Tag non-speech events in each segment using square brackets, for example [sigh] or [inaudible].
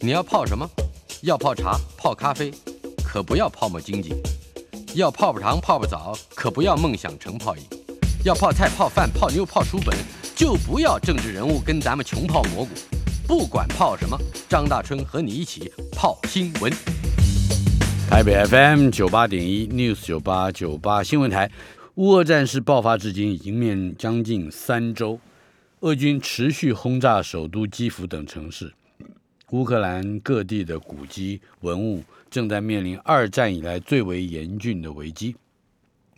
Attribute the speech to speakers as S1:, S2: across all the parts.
S1: 你要泡什么？要泡茶、泡咖啡，可不要泡沫经济；要泡泡糖、泡泡澡，可不要梦想成泡影；要泡菜、泡饭、泡妞、泡书本，就不要政治人物跟咱们穷泡蘑菇。不管泡什么，张大春和你一起泡新闻。
S2: 台北 FM 九八点一 News 九八九八新闻台，乌俄战事爆发至今已经面将近三周，俄军持续轰炸首都基辅等城市，乌克兰各地的古迹文物正在面临二战以来最为严峻的危机。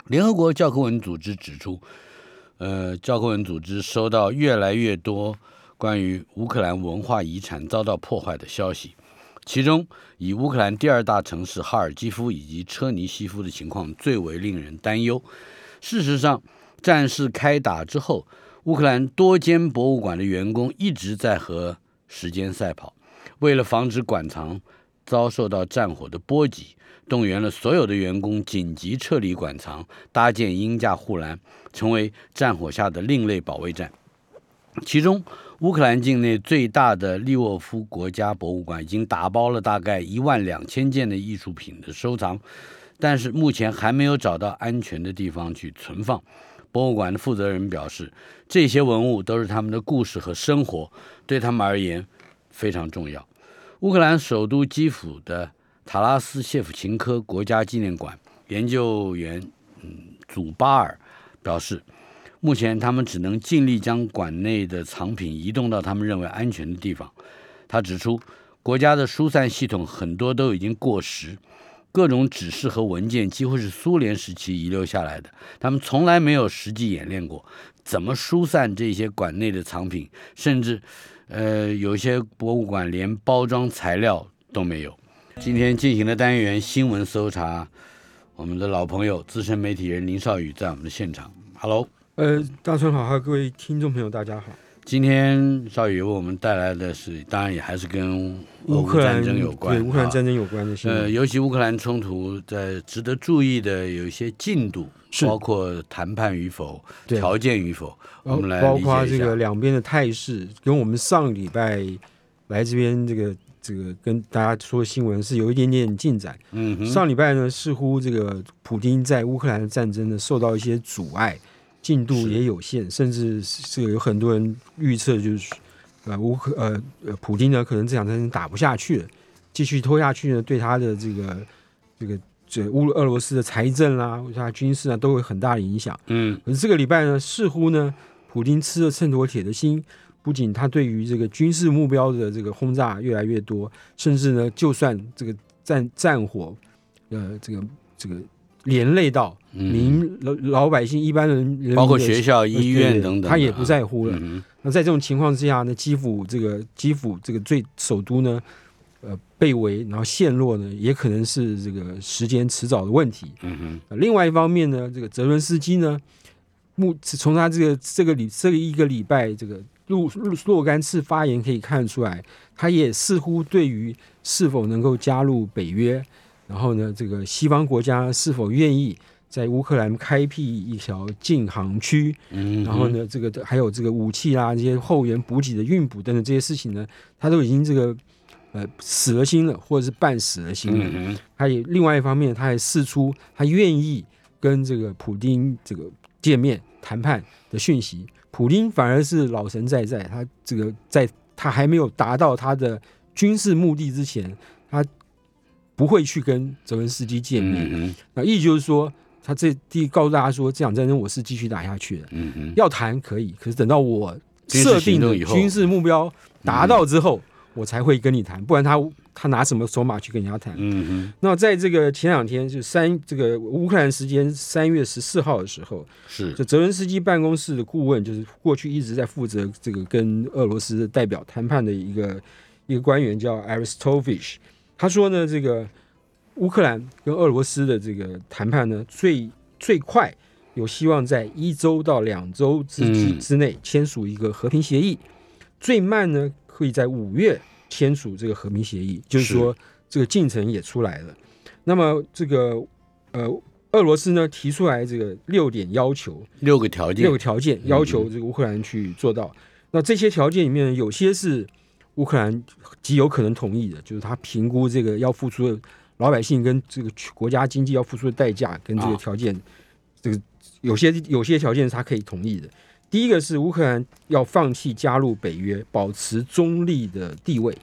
S2: 联合国教科文组织指出，呃，教科文组织收到越来越多关于乌克兰文化遗产遭到破坏的消息。其中以乌克兰第二大城市哈尔基夫以及车尼西夫的情况最为令人担忧。事实上，战事开打之后，乌克兰多间博物馆的员工一直在和时间赛跑，为了防止馆藏遭受到战火的波及，动员了所有的员工紧急撤离馆藏，搭建鹰架护栏，成为战火下的另类保卫战。其中，乌克兰境内最大的利沃夫国家博物馆已经打包了大概一万两千件的艺术品的收藏，但是目前还没有找到安全的地方去存放。博物馆的负责人表示，这些文物都是他们的故事和生活，对他们而言非常重要。乌克兰首都基辅的塔拉斯谢夫琴科国家纪念馆研究员嗯祖巴尔表示，目前他们只能尽力将馆内的藏品移动到他们认为安全的地方。他指出，国家的疏散系统很多都已经过时，各种指示和文件几乎是苏联时期遗留下来的，他们从来没有实际演练过怎么疏散这些馆内的藏品，甚至，呃，有些博物馆连包装材料都没有。今天进行的单元新闻搜查，我们的老朋友资深媒体人林少宇在我们的现场。Hello。
S3: 呃，大春好，还有各位听众朋友，大家好。
S2: 今天少宇为我们带来的是，当然也还是跟俄
S3: 乌克兰
S2: 战争有关，
S3: 对乌克兰
S2: 啊
S3: 战争有关的新
S2: 呃，
S3: 闻。
S2: 尤其乌克兰冲突在值得注意的有一些进度，
S3: 是
S2: 包括谈判与否、
S3: 对
S2: 条件与否，我
S3: 包
S2: 们来
S3: 包
S2: 理
S3: 括
S2: 解
S3: 这
S2: 一
S3: 个
S2: 下。
S3: 两边的态势，跟我们上礼拜来这边这个这个跟大家说新闻是有一点点进展。
S2: 嗯哼，
S3: 上礼拜呢，似乎这个普丁在乌克兰的战争呢受到一些阻碍，进度
S2: 是
S3: 也有限，甚至是有很多人预测就是，呃，乌克呃呃普丁呢可能这场战争打不下去了，继续拖下去呢，对他的这个这个这乌俄罗斯的财政啦、或者他的军事啊，都会很大的影响。
S2: 嗯
S3: 可是这个礼拜呢，似乎呢，普京吃了秤砣铁的心，不仅他对于这个军事目标的这个轰炸越来越多，甚至呢，就算这个战战火，呃，这个这个连累到
S2: 嗯，
S3: 民老老百姓一般人，人民
S2: 包括
S3: 的
S2: 学校、
S3: 呃
S2: 医院
S3: 对
S2: 等等的啊，
S3: 他也不在乎了。
S2: 嗯哼
S3: 那在这种情况之下呢，基辅这个基辅这个最首都呢，呃，被围然后陷落呢，也可能是这个时间迟早的问题。
S2: 嗯哼，
S3: 呃另外一方面呢，这个泽伦斯基呢，目从他这个这个礼这个一个礼拜这个若若干次发言可以看出来，他也似乎对于是否能够加入北约，然后呢，这个西方国家是否愿意在乌克兰开辟一条禁航区，
S2: 嗯哼，
S3: 然后呢，这个还有这个武器啊啦、这些后援补给的运补等等这些事情呢，他都已经这个呃死了心了，或者是半死了心了。
S2: 嗯哼，
S3: 他也另外一方面，他还试出他愿意跟这个普丁这个见面谈判的讯息。普丁反而是老神在在，他这个在他还没有达到他的军事目的之前，他不会去跟泽文斯基见面。
S2: 嗯哼，
S3: 那意思就是说，他这第一告诉大家说，这场战争我是继续打下去的，
S2: 嗯哼，
S3: 要谈可以，可是等到我
S2: 军事
S3: 设
S2: 行
S3: 定
S2: 动
S3: 的
S2: 以后嗯
S3: 军事目标达到之后，我才会跟你谈，不然他他拿什么筹码去跟人家谈？
S2: 嗯哼，
S3: 那在这个前两天，就三这个乌克兰时间三月十四号的时候，
S2: 是，
S3: 就泽伦斯基办公室的顾问，就是过去一直在负责这个跟俄罗斯的代表谈判的一个一个官员叫 Aristovich，他说呢，这个乌克兰跟俄罗斯的这个谈判呢，最最快有希望在一周到两周之之
S2: 嗯
S3: 之内签署一个和平协议，最慢呢可以在五月签署这个和平协议，就是说这个进程也出来了。那么这个呃，俄罗斯呢提出来这个六点要求，
S2: 六个条件嗯
S3: 六个条件要求这个乌克兰去做到。那这些条件里面有些是乌克兰极有可能同意的，就是他评估这个要付出的老百姓跟这个国家经济要付出的代价跟这个
S2: 啊
S3: 条件，这个有些有些条件是他可以同意的。第一个是乌克兰要放弃加入北约，保持中立的地位。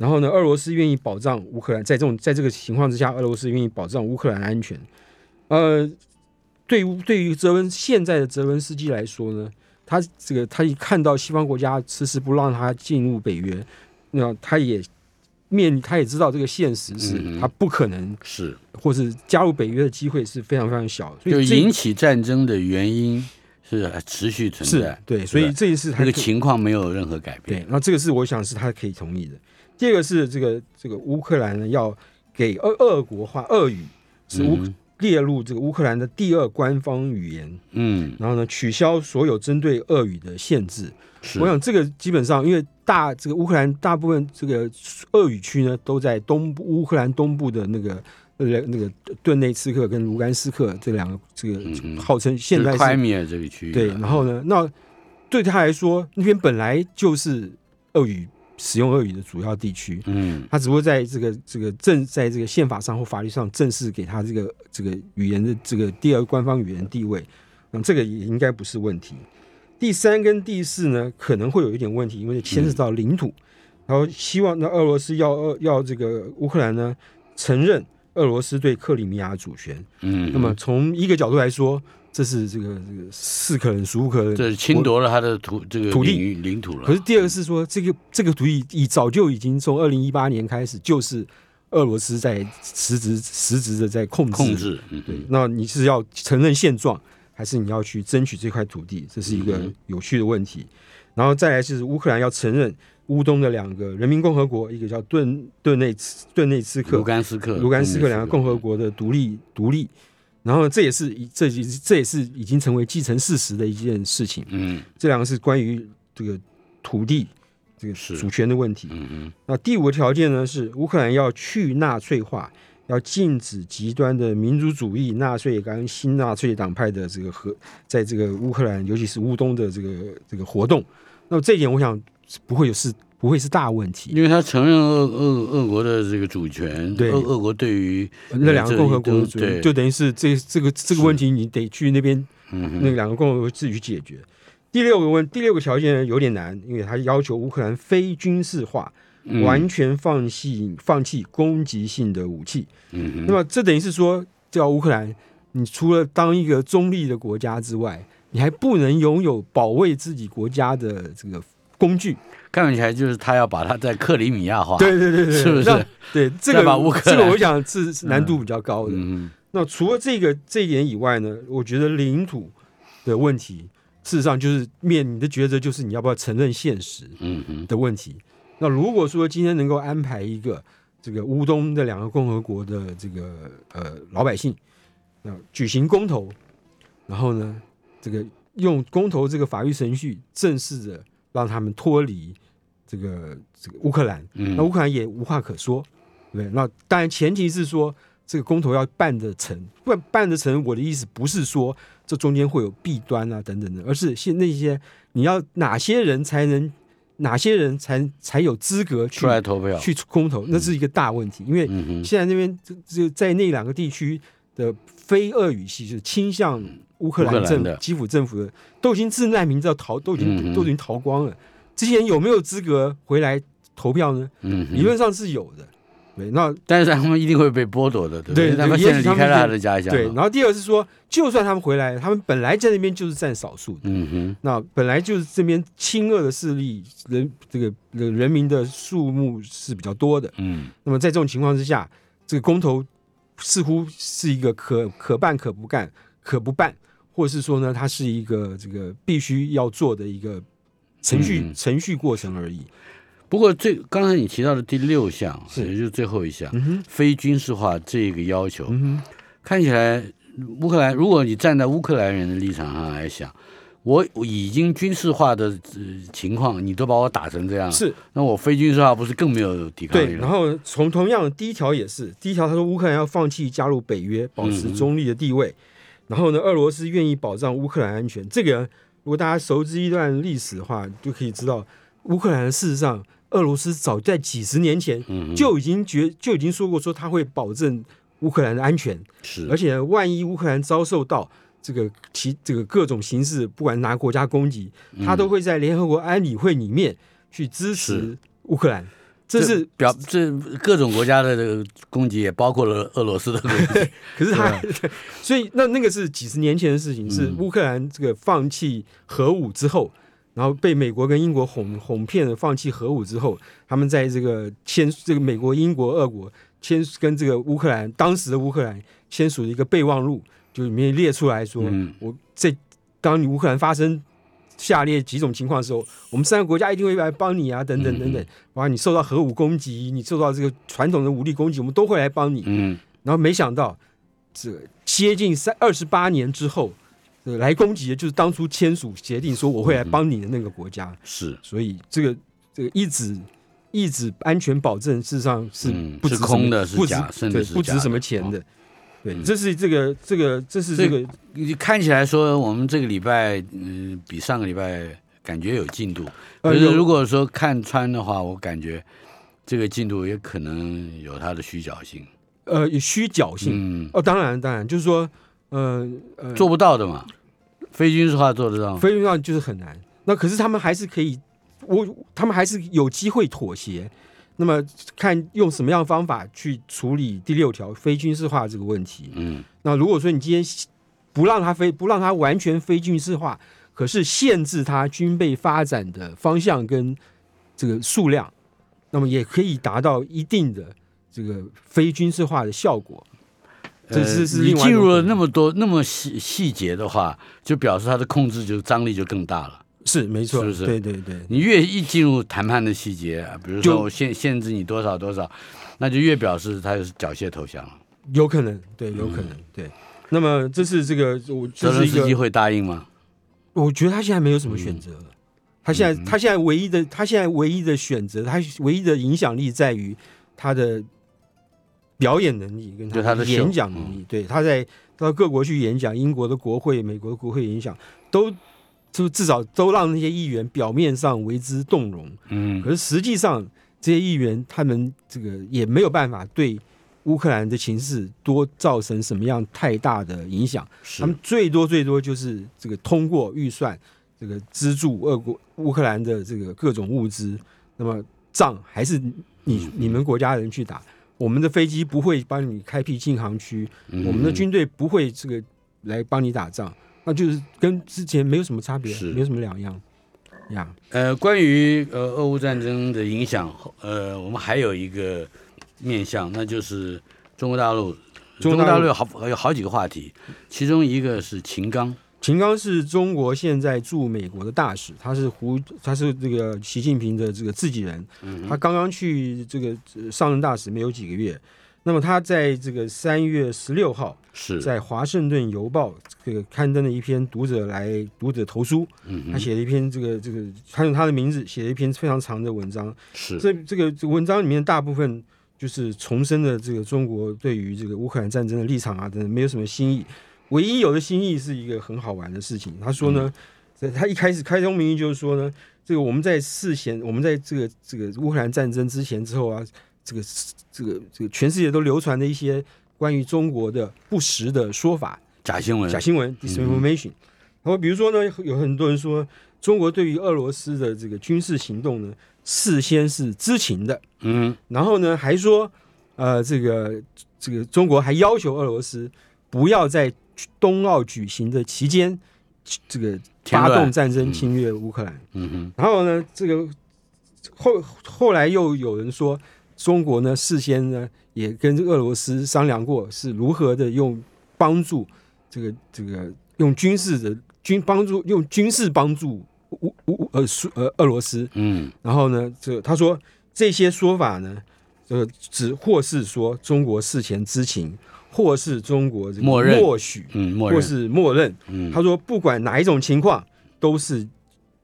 S3: 然后呢，俄罗斯愿意保障乌克兰，在这种在这个情况之下，俄罗斯愿意保障乌克兰安全。呃，对于对于泽文现在的泽文斯基来说呢，他这个他一看到西方国家迟迟不让他进入北约，那他也面他也知道这个现实
S2: 嗯
S3: 是
S2: 哼
S3: 他不可能，
S2: 是，
S3: 或是加入北约的机会是非常非常小，所
S2: 就
S3: 以
S2: 引
S3: 这
S2: 起战争的原因是持续存
S3: 是
S2: 在，
S3: 对，所以这一次他
S2: 这个
S3: 可
S2: 情况没有任何改变。
S3: 对，那这个是我想是他可以同意的。第二个是这个这个乌克兰呢要给俄俄国化俄语是乌、
S2: 嗯
S3: 列入这个乌克兰的第二官方语言，
S2: 嗯，
S3: 然后呢取消所有针对俄语的限制。
S2: 是
S3: 我想这个基本上因为大这个乌克兰大部分这个俄语区呢都在东部乌克兰东部的那个。呃那个顿内茨克跟卢甘斯克这两个，这个
S2: 嗯哼
S3: 号称现在
S2: 就是是 Crimea 这个区域，啊
S3: 对，然后呢，那对他来说，那边本来就是俄语使用俄语的主要地区，
S2: 嗯
S3: 他只不过在这个这个正在这个宪法上或法律上正式给他这个这个语言的这个第二官方语言地位，嗯，这个也应该不是问题。第三跟第四呢，可能会有一点问题，因为牵涉到领土，然后希望那俄罗斯要俄要这个乌克兰呢承认俄罗斯对克里米亚主权，
S2: 嗯，
S3: 那么从一个角度来说，这是这个这个是可忍孰不可忍。
S2: 这是侵夺了他的土这个
S3: 土地
S2: 领域领土了。
S3: 可是第二个是说，这个这个主意已早就已经从二零一八年开始，就是俄罗斯在实质实质的在控制。
S2: 控制，嗯
S3: 对，那你是要承认现状，还是你要去争取这块土地？这是一个
S2: 嗯
S3: 有趣的问题。然后再来就是乌克兰要承认乌东的两个人民共和国，一个叫顿顿内茨顿内茨克
S2: 卢，甘斯克、
S3: 卢甘斯克两个共和
S2: 国，
S3: 国的独立独立，然后这也是已这已这也是已经成为既成事实的一件事情。
S2: 嗯
S3: 这两个是关于这个土地这个
S2: 是
S3: 主权的问题。
S2: 嗯嗯，
S3: 那第五个条件呢是乌克兰要去纳粹化，要禁止极端的民族主义、纳粹跟新纳粹党派的这个和在这个乌克兰，尤其是乌东的这个这个活动。那么这一点，我想是不会有是不会是大问题。
S2: 因为他承认俄俄俄国的这个主权，
S3: 对
S2: 俄俄国对于
S3: 那两个共和国
S2: 对
S3: 的主义就等于是这这个这个问题，你得去那边
S2: 嗯
S3: 那两个共和国自己去解决。第六个问第六个条件有点难，因为它要求乌克兰非军事化，
S2: 嗯
S3: 完全放弃放弃攻击性的武器。
S2: 嗯
S3: 那么这等于是说，叫乌克兰，你除了当一个中立的国家之外，你还不能拥有保卫自己国家的这个工具。
S2: 看起来就是他要把它在克里米亚化，
S3: 对对对对，
S2: 是不是
S3: 那？对这
S2: 再把乌
S3: 个
S2: 克
S3: 这
S2: 兰
S3: 个，我想是是难度比较高的。
S2: 嗯，
S3: 那除了这个这一点以外呢，我觉得领土的问题，事实上就是面你的抉择，就是你要不要承认现实
S2: 嗯嗯
S3: 的问题。那如果说今天能够安排一个这个乌东的两个共和国的这个呃老百姓，那举行公投，然后呢，这个用公投这个法律程序正式的让他们脱离这个这个乌克兰，
S2: 嗯
S3: 那乌克兰也无话可说，对不对？那当然前提是说这个公投要办得成，办办得成，我的意思不是说这中间会有弊端啊等等的，而是现那些你要哪些人才能，哪些人才才有资格去
S2: 出来投票，
S3: 去公投，那是一个大问题，因为
S2: 嗯哼，
S3: 现在那边就就在那两个地区的非俄语系，就是倾向乌克
S2: 乌克
S3: 兰
S2: 兰
S3: 政
S2: 的
S3: 基辅政府的，都已经自难民知道逃，都已经、
S2: 嗯哼
S3: 都已经逃光了，这些人有没有资格回来投票呢？
S2: 嗯
S3: 理
S2: 哼，
S3: 论上是有的，对，那
S2: 但是他们一定会被剥夺的，对不
S3: 对
S2: 因为他们
S3: 对
S2: 现在
S3: 也许
S2: 离开了他的家乡，
S3: 对，然，后第二是说，就算他们回来，他们本来在那边就是占少数的，
S2: 嗯哼，
S3: 那本来就是这边亲俄的势力人这个人民的数目是比较多的，
S2: 嗯
S3: 那么在这种情况之下，这个公投似乎是一个可可办可不干可不办，或是说呢，它是一个这个必须要做的一个程序、
S2: 嗯
S3: 程序过程而已。
S2: 不过最刚才你提到的第六项，
S3: 是
S2: 也就是最后一项，
S3: 嗯哼，
S2: 非军事化这个要求，
S3: 嗯
S2: 看起来乌克兰，如果你站在乌克兰人的立场上来想，我我已经军事化的、呃、情况，你都把我打成这样，
S3: 哼，，是
S2: 那我非军事化不是更没有抵抗力
S3: 对。
S2: 了？
S3: 然后从同样的第一条也是，第一条他说乌克兰要放弃加入北约，保持
S2: 嗯
S3: 中立的地位。然后呢，俄罗斯愿意保障乌克兰安全。这个如果大家熟知一段历史的话，就可以知道，乌克兰事实上俄罗斯早在几十年前
S2: 嗯，
S3: 就已经决就已经说过说他会保证乌克兰的安全，
S2: 是，
S3: 而且万一乌克兰遭受到这个其这个各种形式，不管哪国家攻击，
S2: 嗯
S3: 他都会在联合国安理会里面去支
S2: 是
S3: 持乌克兰。这是，
S2: 表这各种国家的这个攻击，也包括了俄罗斯的攻
S3: [laughs]
S2: 击。
S3: 可是他，
S2: 啊
S3: [laughs] 所以那那个是几十年前的事情，
S2: 嗯
S3: 是乌克兰这个放弃核武之后，然后被美国跟英国哄哄骗了，放弃核武之后，他们在这个签这个美国、英国、俄国签跟这个乌克兰当时的乌克兰签署了一个备忘录，就里面列出来说，
S2: 嗯，
S3: 我在当你乌克兰发生下列几种情况的时候，我们三个国家一定会来帮你啊，等等等
S2: 嗯
S3: 等。哇，你受到核武攻击，你受到这个传统的武力攻击，我们都会来帮你。
S2: 嗯，
S3: 然后没想到，这接近三二十八年之后，呃来攻击的就是当初签署协定说我会
S2: 嗯
S3: 来帮你的那个国家。
S2: 是，
S3: 所以这个这个一纸一纸安全保证，事实上是
S2: 嗯
S3: 不值
S2: 是
S3: 什么
S2: 空的是
S3: 不值
S2: 假甚至
S3: 对
S2: 是
S3: 不
S2: 假
S3: 值
S2: 的哦
S3: 什么钱的。对，
S2: 嗯
S3: 这是这个这个这是
S2: 所以
S3: 这个
S2: 你看起来说我们这个礼拜，嗯，比上个礼拜感觉有进度。
S3: 呃
S2: 可是
S3: 有
S2: 如果说看穿的话，我感觉这个进度也可能有它的虚假性。
S3: 呃虚侥幸。
S2: 嗯，
S3: 哦，当然，当然，就是说，呃呃，
S2: 做不到的嘛，非军事化做得到吗。
S3: 非运动就是很难。那可是他们还是可以，我他们还是有机会妥协。那么看用什么样的方法去处理第六条非军事化这个问题。
S2: 嗯，
S3: 那如果说你今天不让它非不让它完全非军事化，可是限制它军备发展的方向跟这个数量，那么也可以达到一定的这个非军事化的效果。这是
S2: 呃
S3: 是
S2: 你
S3: 另外一
S2: 进入
S3: 种
S2: 了
S3: 可能
S2: 那么多那么细细节的话，就表示它的控制就张力就更大了。
S3: 是没错，
S2: 是不是
S3: 对对对。
S2: 你越一进入谈判的细节，比如说
S3: 就
S2: 我限限制你多少多少，那就越表示他是缴械投降了。
S3: 有可能，对，有可能，对。那么这是这个，我
S2: 泽
S3: 这
S2: 连
S3: 是一
S2: 斯基
S3: 个，
S2: 会答应吗？
S3: 我觉得他现在没有什么
S2: 嗯
S3: 选择了。他现在，他现在唯一的，他现在唯一的选择，他唯一的影响力在于他的表演能力跟
S2: 就他的
S3: 的
S2: 秀嗯
S3: 演讲能力。对，他在到各国去演讲，英国的国会、美国的国会演讲，都就至少都让那些议员表面上为之动容。
S2: 嗯
S3: 可是实际上，这些议员他们这个也没有办法对乌克兰的情势多造成什么样太大的影响。
S2: 是
S3: 他们最多最多就是这个通过预算，这个资助俄国乌克兰的这个各种物资。那么仗还是你
S2: 嗯
S3: 你们国家人去打，我们的飞机不会帮你开辟禁航区，
S2: 嗯
S3: 我们的军队不会这个来帮你打仗，那就是跟之前没有什么差别，
S2: 是
S3: 没有什么两样呀。
S2: 呃，关于呃俄乌战争的影响，呃，我们还有一个面向，那就是中国大陆。中
S3: 中
S2: 国
S3: 国
S2: 大
S3: 大
S2: 陆
S3: 陆
S2: 有好有好几个话题，其中一个是秦刚，
S3: 秦刚是中国现在驻美国的大使，他是胡，他是这个习近平的这个自己人，
S2: 嗯
S3: 他刚刚去这个呃上任大使没有几个月。那么他在这个三月十六号，
S2: 是
S3: 在《华盛顿邮报》这个刊登了一篇读者来读者投书，
S2: 嗯
S3: 他
S2: 哼
S3: 写了一篇这个这个，他用他的名字写了一篇非常长的文章。
S2: 是
S3: 这这个这个文章里面大部分就是重申了这个中国对于这个乌克兰战争的立场啊等等，没有什么新意。唯一有的新意是一个很好玩的事情，他说呢，在他一开始开宗明义就是说呢，这个我们在事前，我们在这个这个乌克兰战争之前之后啊，这个这个这个全世界都流传的一些关于中国的不实的说法，
S2: 假新闻，
S3: 假新闻
S2: 嗯
S3: disinformation。然后比如说呢，有很多人说中国对于俄罗斯的这个军事行动呢，事先是知情的，
S2: 嗯，
S3: 然后呢还说，呃，这个这个中国还要求俄罗斯不要在冬奥举行的期间，这个
S2: 添
S3: 发
S2: 乱
S3: 动战争侵略乌克兰。
S2: 嗯哼，
S3: 然后呢，这个后后来又有人说，中国呢事先呢也跟俄罗斯商量过，是如何的用帮助这个这个用军事的军帮助用军事帮助乌乌呃苏呃俄罗斯。
S2: 嗯
S3: 然后呢，这他说这些说法呢，呃，只或是说中国事前知情，或是中国这个
S2: 默认
S3: 默许，
S2: 嗯，默
S3: 或
S2: 认，
S3: 是默认。
S2: 嗯
S3: 他说不管哪一种情况都是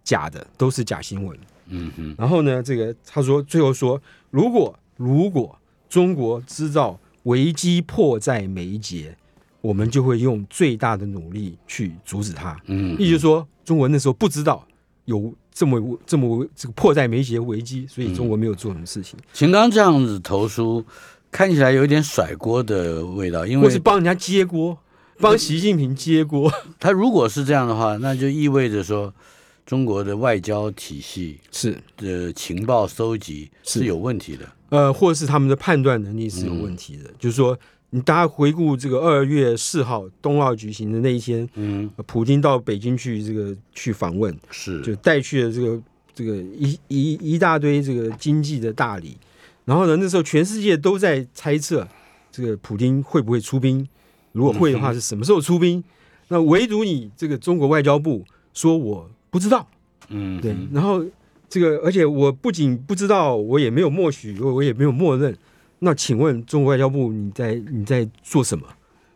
S3: 假的，都是假新闻。
S2: 嗯哼，
S3: 然后呢，这个他说最后说，如果如果中国知道危机迫在眉睫，我们就会用最大的努力去阻止它。
S2: 嗯
S3: 也就是说，中国那时候不知道有这么这么这个迫在眉睫危机，所以中国没有做什么事情，
S2: 秦刚这样子投书，看起来有一点甩锅的味道，因
S3: 或是
S2: 为
S3: 帮人家接锅，帮习近平接锅，
S2: 他如果是这样的话，那就意味着说中国的外交体系
S3: 是
S2: 的情报搜集
S3: 是
S2: 是有问题的。
S3: 呃，或是他们的判断能力是有问题的，就是说。你大家回顾这个二月四号冬奥举行的那一天，
S2: 嗯，，
S3: 呃普京到北京去这个去访问，就是带去了这个这个一一一大堆这个经济的大礼。然后呢，那时候全世界都在猜测这个普京会不会出兵，如果会的
S2: 嗯
S3: 话是什么时候出兵？那唯独你这个中国外交部说我不知道，
S2: 嗯，
S3: 对，然后这个而且我不仅不知道，我也没有默许，我我也没有默认。那请问中国外交部你在你在做什么？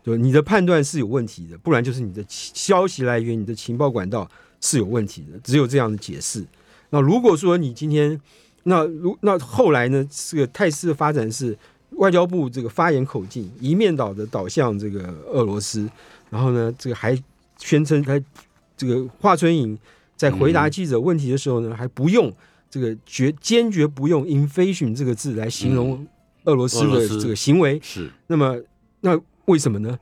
S3: 就你的判断是有问题的，不然就是你的其消息来源、你的情报管道是有问题的，只有这样的解释。那如果说你今天，那如那后来呢？这个态势的发展是外交部这个发言口径一面倒的导向这个俄罗斯，然后呢，这个还宣称他这个华春莹在
S2: 嗯
S3: 回答记者问题的时候呢，还不用这个决坚决不用 inflation 这个字来形容俄罗
S2: 嗯
S3: 斯
S2: 俄罗
S3: 的
S2: 斯
S3: 这个行为，
S2: 是，
S3: 那么那为什么呢？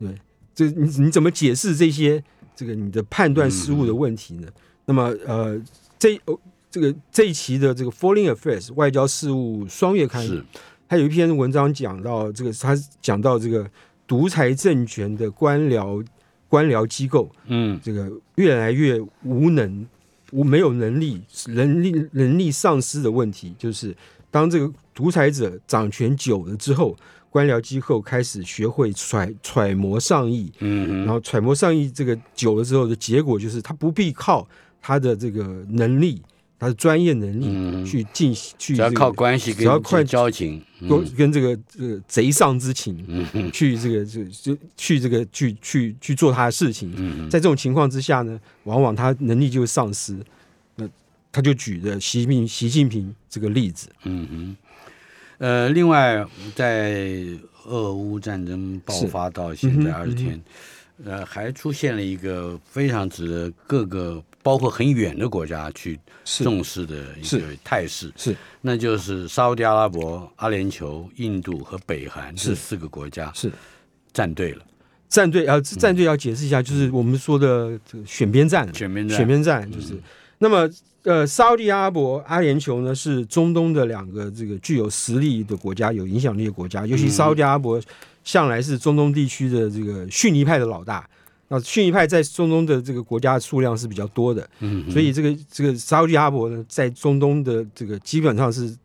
S3: 对，这你你怎么解释这些这个你的判断失误的问题呢？那么呃，这呃这个这一期的这个 Foreign Affairs 外交事务双月刊，
S2: 是，
S3: 它有一篇文章讲到这个，它讲到这个独裁政权的官僚官僚机构，
S2: 嗯，
S3: 这个越来越无能、无没有能力、人力人力丧失的问题，就是当这个独裁者掌权久了之后，官僚机构开始学会揣揣摩上意，
S2: 嗯，
S3: 然后揣摩上意这个久了之后的结果就是，他不必靠他的这个能力，他的专业能
S2: 嗯
S3: 力去进行、去、
S2: 只
S3: 这个
S2: 要靠关系跟
S3: 只要快
S2: 交情，嗯
S3: 跟跟这个这个贼上之情，
S2: 嗯
S3: [laughs] 去这个就就去这个去去去做他的事情。
S2: 嗯，
S3: 在这种情况之下呢，往往他能力就会丧失。那他就举了习近平习近平这个例子，
S2: 嗯哼，呃，另外，在俄乌战争爆发到现在
S3: 嗯哼嗯
S2: 二十天，呃，还出现了一个非常值得各个包括很远的国家去
S3: 是
S2: 重视的一
S3: 是
S2: 个态势，
S3: 是
S2: 那就是沙特阿拉伯、阿联酋、印度和北韩这
S3: 是
S2: 四个国家
S3: 是
S2: 站队了，
S3: 战队呃战队要解释一下，就是我们说的这个选边站，嗯
S2: 全面
S3: 选边站就是、那么。呃，沙特阿拉伯、阿联酋呢是中东的两个这个具有实力的国家、有影响力的国家，尤其
S2: 嗯
S3: 沙特阿拉伯向来是中东地区的这个逊尼派的老大。那逊尼派在中东的这个国家数量是比较多的，
S2: 嗯哼，
S3: 所以这个这个沙特阿拉伯呢，在中东的这个基本上是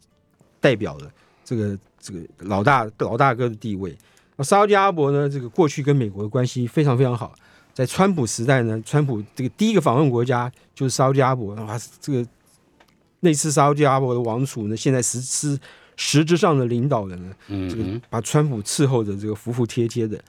S3: 代表了这个这个老大老大哥的地位。那沙特阿拉伯呢，这个过去跟美国的关系非常非常好，在川普时代呢，川普这个第一个访问国家就是沙特阿拉伯，哇，这个那次沙特阿拉伯的王储呢，现在实施实质上的领导人呢，
S2: 嗯
S3: 这个
S2: 哼，
S3: 把川普伺候的这个服服帖帖的。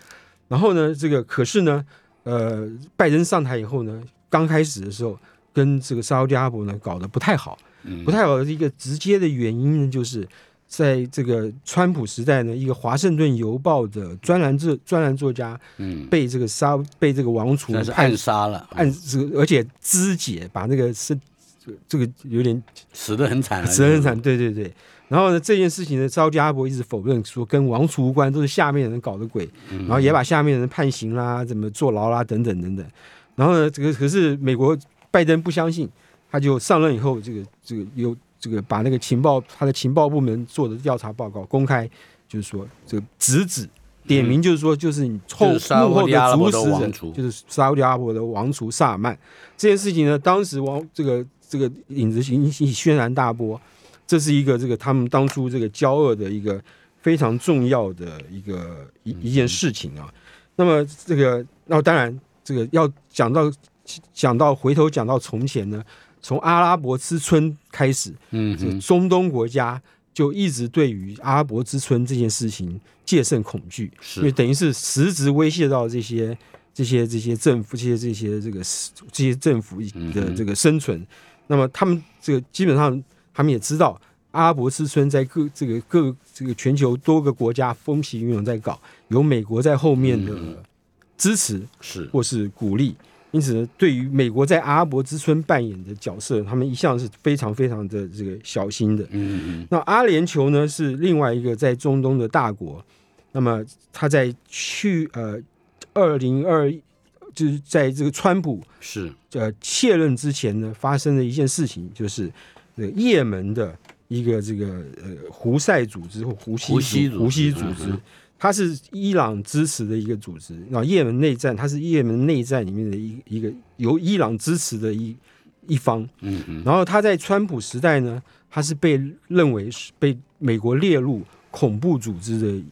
S3: 然后呢，这个可是呢，呃，拜登上台以后呢，刚开始的时候跟这个沙特阿拉伯呢搞得不太好，
S2: 嗯
S3: 不太好的一个直接的原因呢，就是在这个川普时代呢，一个《华盛顿邮报》的专栏作专栏作家
S2: 嗯，
S3: 被这个沙被这个王储
S2: 那是
S3: 判
S2: 暗杀了，
S3: 暗这个，而且肢解，把那个是这个有点
S2: 死得很惨了，
S3: 死得很惨，对对对。然后呢，这件事情呢，沙特阿拉伯一直否认说跟王储无关，都是下面人搞的鬼，然后也把下面人判刑啦、怎么坐牢啦等等等等。然后呢，这个可是美国拜登不相信，他就上任以后，这个这个有这个把那个情报他的情报部门做的调查报告公开，就是说这个直指点名，就是说就是你后
S2: 就是沙
S3: 幕后
S2: 特阿拉伯
S3: 主
S2: 的
S3: 使
S2: 王
S3: 者
S2: 储，
S3: 就是沙特阿拉伯的王储萨尔曼。这件事情呢，当时王这个这个影子引起轩然大波，这是一个这个他们当初这个交恶的一个非常重要的一个一一件事情啊。那么这个，那当然这个要讲到讲到回头讲到从前呢，从阿拉伯之春开始，
S2: 嗯
S3: 这
S2: 哼，
S3: 中东国家就一直对于阿拉伯之春这件事情戒慎恐惧，
S2: 是
S3: 因为等于是实质威胁到这些这些这些政府、这些这些这个这些政府
S2: 嗯
S3: 的这个生存。那么他们这个基本上他们也知道，阿拉伯之春在各这个各这个全球多个国家风
S2: 嗯
S3: 起云涌在搞，有美国在后面的支持
S2: 是，
S3: 或是鼓励。因此，对于美国在阿拉伯之春扮演的角色，他们一向是非常非常的这个小心的。
S2: 嗯嗯
S3: 那阿联酋呢是另外一个在中东的大国，那么他在去呃二零二就是在这个川普
S2: 嗯，是
S3: 呃卸任之前呢，发生的一件事情，就是呃也门的一个这个呃胡塞组织或胡
S2: 胡西
S3: 西
S2: 组
S3: 组
S2: 织
S3: 胡西组织
S2: 嗯哼，
S3: 它是伊朗支持的一个组织。然后也门内战，它是也门内战里面的一一个由伊朗支持的一一方。
S2: 嗯嗯，
S3: 然后他在川普时代呢，他是被认为是被美国列入恐怖组织的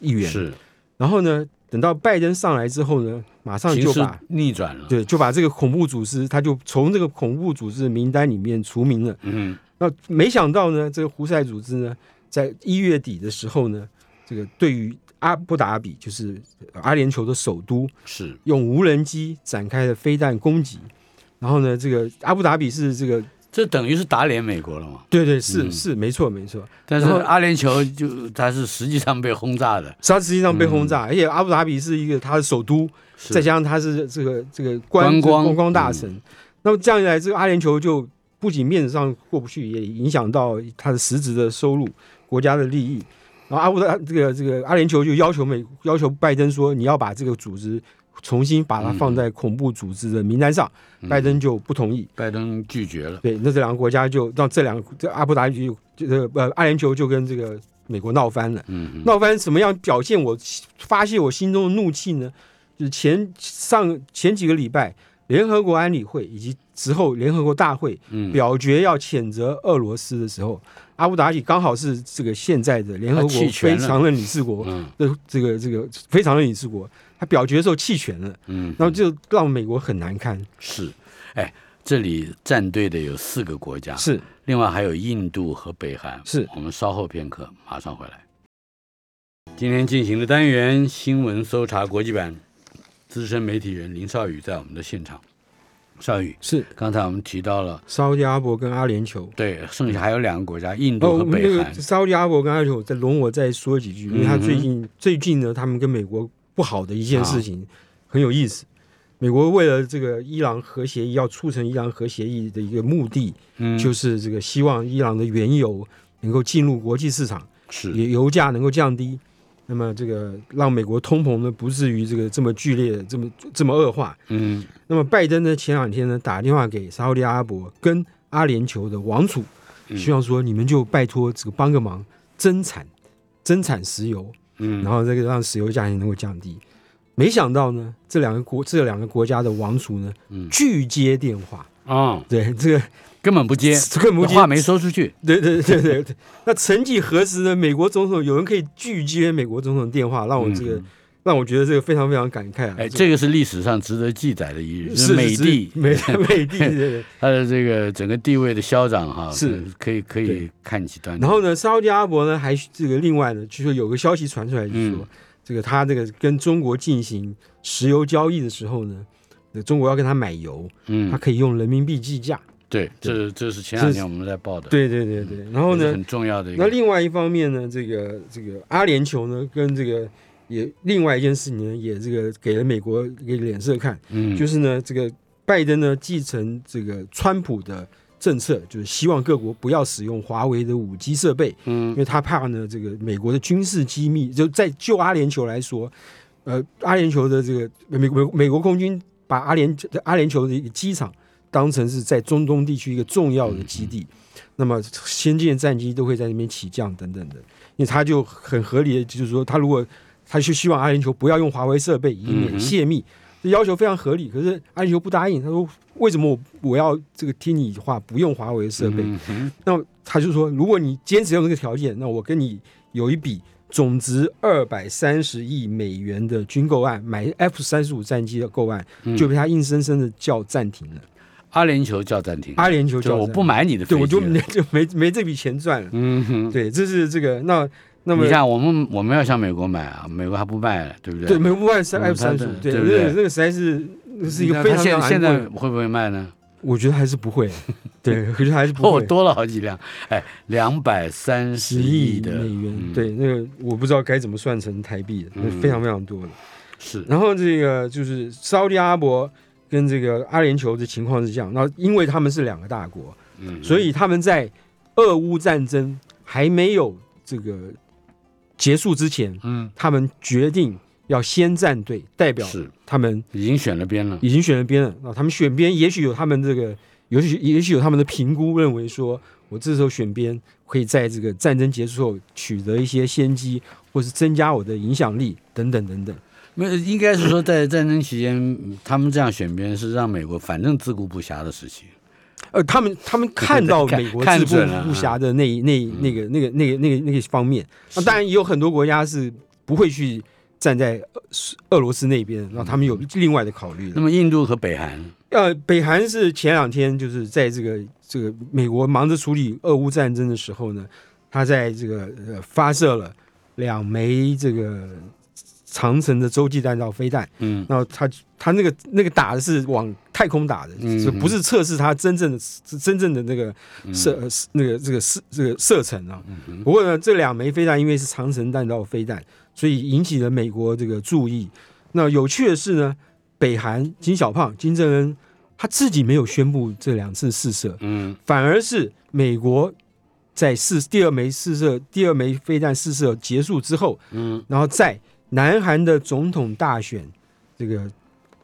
S3: 一员。
S2: 是
S3: 然后呢，等到拜登上来之后呢，马上
S2: 形
S3: 就
S2: 势
S3: 把
S2: 逆转了，
S3: 对，就把这个恐怖组织，他就从这个恐怖组织的名单里面除名了。
S2: 嗯，
S3: 那没想到呢，这个胡塞组织呢，在一月底的时候呢，这个对于阿布达比，就是阿联酋的首都，
S2: 是
S3: 用无人机展开了飞弹攻击。然后呢，这个阿布达比是这个，
S2: 这等于是打脸美国了嘛？
S3: 对对，是、
S2: 嗯
S3: 是，没错没错。
S2: 但是
S3: 然后
S2: 阿联酋就它是实际上被轰炸
S3: [laughs]
S2: 的，
S3: 它实际上被轰
S2: 嗯
S3: 炸，而且阿布达比是一个它的首都，
S2: 是
S3: 再加上它是这个这个观
S2: 观光嗯
S3: 观光大城，那么这样一来，这个阿联酋就不仅面子上过不去，也影响到它的实质的收入、国家的利益。然后阿布达这个这个阿联酋就要求美要求拜登说，你要把这个组织重新把它
S2: 嗯
S3: 放在恐怖组织的名单上，拜登就不同意。
S2: 拜登拒绝了，
S3: 对，那这两个国家就让这两个这阿布达比就这个呃阿联酋就跟这个美国闹翻了。
S2: 嗯嗯，
S3: 闹翻怎么样表现我发泄我心中的怒气呢？就是前上前几个礼拜，联合国安理会以及之后联合国大会
S2: 嗯
S3: 表决要谴责俄罗斯的时候，阿布达比刚好是这个现在的联合
S2: 他弃
S3: 国
S2: 权了
S3: 非常任理事国
S2: 嗯
S3: 的这个这个非常任理事国，他表决的时候弃权了，
S2: 嗯，
S3: 然后就让美国很难堪。
S2: 是，哎，这里站队的有四个国家，
S3: 是
S2: 另外还有印度和北韩。
S3: 是
S2: 我们稍后片刻马上回来。今天进行的单元新闻搜查国际版，资深媒体人林少宇在我们的现场。少宇，
S3: 是，
S2: 刚才我们提到了，
S3: 沙特阿拉伯跟阿联酋。
S2: 对，剩下还有两个国家，印
S3: 哦，
S2: 度
S3: 我
S2: 和
S3: 们
S2: 北
S3: 那
S2: 韩。嗯
S3: 个沙特阿拉伯跟阿联酋，再容我再说几句，因为他最近、最近呢，他们跟美国不好的一
S2: 啊
S3: 件事情、很有意思。美国为了这个伊朗核协议，要促成伊朗核协议的一个目的，
S2: 嗯，
S3: 就是这个希望伊朗的原油能够进入国际市场，
S2: 是
S3: 也油价能够降低，那么这个让美国通膨呢不至于这个这么剧烈、这么这么恶化。
S2: 嗯
S3: 那么拜登呢，前两天呢打电话给沙特阿拉伯跟阿联酋的王储，
S2: 嗯
S3: 希望说你们就拜托这个帮个忙，增产增产石油，然
S2: 嗯，
S3: 后这个让石油价钱能够降低。没想到呢，这两个国这两个国家的王储呢
S2: 嗯，
S3: 拒接电话，
S2: 哦，
S3: 对这个
S2: 根本不接，
S3: 这个不接
S2: 话没说出去。
S3: [laughs] 对对对对对。那曾几何时呢？美国总统有人可以拒接美国总统的电话，让我这个、让我觉得这个非常非常感慨啊！
S2: 嗯哎，这个是历史上值得记载的一日，
S3: 是
S2: 美
S3: 是
S2: 帝
S3: 美美帝对对
S2: [laughs]
S3: 对。
S2: 他的这个整个地位的消长哈，
S3: 是
S2: 可以可以
S3: 对
S2: 看起端倪。
S3: 然后呢，沙特阿拉伯呢还这个另外呢，就是有个消息传出来，就是说、
S2: 嗯
S3: 这个他这个跟中国进行石油交易的时候呢，呃中国要跟他买油，他
S2: 嗯，
S3: 可以用人民币计价。
S2: 对，这这是前两天我们在报的，
S3: 对对对对。然后
S2: 这是
S3: 呢，
S2: 很重要的一
S3: 那
S2: 个，
S3: 另外一方面呢，这个这个阿联酋呢跟这个也另外一件事情呢，也这个给了美国一个脸色看，
S2: 嗯，
S3: 就是是呢这个拜登呢继承这个川普的政策，就是希望各国不要使用华为的五 G 设备。因
S2: 嗯
S3: 为他怕呢，这个美国的军事机密，就在就阿联酋来说，呃，阿联酋的这个美美美国空军把阿联阿联酋的一个机场当成是在中东地区一个重要的基
S2: 嗯
S3: 地，那么先进的战机都会在那边起降等等的，因为他就很合理的，就是说他如果他就希望阿联酋不要用华为设备，以
S2: 嗯哼
S3: 免泄密。这要求非常合理，可是阿联酋不答应。他说：“为什么我我要这个听你话，不用华为设备？”
S2: 嗯哼
S3: 那他就说，如果你坚持用这个条件，那我跟你有一笔总值二百三十亿美元的军购案，买 F 三十五战机的购案，
S2: 嗯
S3: 就被他硬生生的叫暂停了。
S2: 阿联酋叫暂停，
S3: 阿联酋
S2: 就
S3: 叫
S2: 我不
S3: 暂
S2: 买你的飞
S3: 停，对，
S2: 机
S3: 我
S2: 了，
S3: 就没就没没这笔钱赚了。
S2: 嗯哼，
S3: 对，这是这个那那么
S2: 你看我们我们要向美国买啊，美国还不卖了，对不
S3: 对，？美国外三
S2: 嗯
S3: F 三十五
S2: 他，
S3: 对，
S2: 对
S3: 那
S2: 不对
S3: 个那个实在是那是一
S2: 那
S3: 个非
S2: 他
S3: 常非
S2: 现
S3: 常
S2: 现在
S3: 昂贵
S2: 会不会卖呢？
S3: 我觉得还是
S2: [laughs]
S3: 不会，对，我觉得还是不
S2: 哦，
S3: 会。
S2: 多了好几辆，哎，两百三十
S3: 十亿
S2: 亿的
S3: 美元，
S2: 嗯
S3: 对，那个我不知道该怎么算成台币的，那
S2: 嗯
S3: 非常非常多的。
S2: 是，
S3: 然后这个就是沙特阿拉伯跟这个阿联酋的情况是这样。那因为他们是两个大国，
S2: 嗯，
S3: 所以他们在俄乌战争还没有这个结束之前，
S2: 嗯，
S3: 他们决定要先站队，代表嗯
S2: 是
S3: 他们
S2: 已经选了边了，
S3: 已经选了边了。那他们选边，也许有他们这个，也许也许有他们的评估，认为说我这时候选边可以在这个战争结束后取得一些先机，或是增加我的影响力等等等等。
S2: 没有应该是说在战争期间，嗯他们这样选边是让美国反正自顾不暇的事情。
S3: 呃，他们他们看到美国
S2: 看看
S3: 自顾
S2: 准了嗯
S3: 不暇的那一那一那个那个那个那个那个方面，那当然也有很多国家是不会去站在俄俄罗斯那边，那他们有另外的考虑的
S2: 那。么印度和北韩，
S3: 呃，北韩是前两天就是在这个这个美国忙着处理俄乌战争的时候呢，他在这个呃发射了两枚这个长城的洲际弹道飞弹，
S2: 嗯，
S3: 然后他他那个那个打的是往太空打的，
S2: 嗯
S3: 就不是测试它真正的真正的那个射、呃那个这个射这个射程啊。
S2: 嗯
S3: 不过呢，这两枚飞弹因为是长城弹道飞弹，所以引起了美国这个注意。那有趣的是呢，北韩金小胖金正恩他自己没有宣布这两次试射，
S2: 嗯，
S3: 反而是美国在试第二枚试射第二枚飞弹试射结束之后，
S2: 嗯，
S3: 然后在南韩的总统大选这个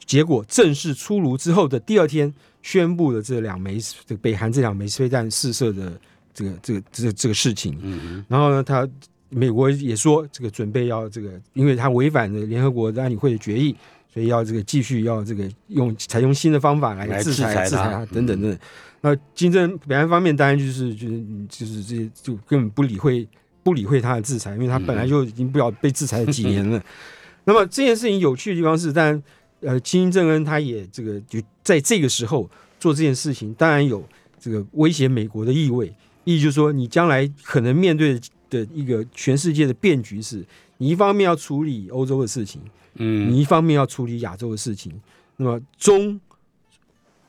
S3: 结果正式出炉之后的第二天，宣布了这两枚这个北韩这两枚飞弹试射的这个这个这个、这个事情。嗯，然后呢，他美国也说这个准备要这个，因为他违反了联合国的安理会的决议。所以要这个继续要这个用采用新的方法来
S2: 来
S3: 制裁
S2: 制裁
S3: 制裁
S2: 他嗯
S3: 他等等等等。那金正北韩方面当然就是就是就是这些就根本不理会不理会他的制裁，因为他本来就已经不要被制裁了几年了。
S2: [laughs]
S3: 那么这件事情有趣的地方是，当然呃，金正恩他也这个就在这个时候做这件事情，当然有这个威胁美国的意味，意思就是说你将来可能面对的一个全世界的变局是，你一方面要处理欧洲的事情。
S2: 嗯，
S3: 你一方面要处理亚洲的事情，那么中、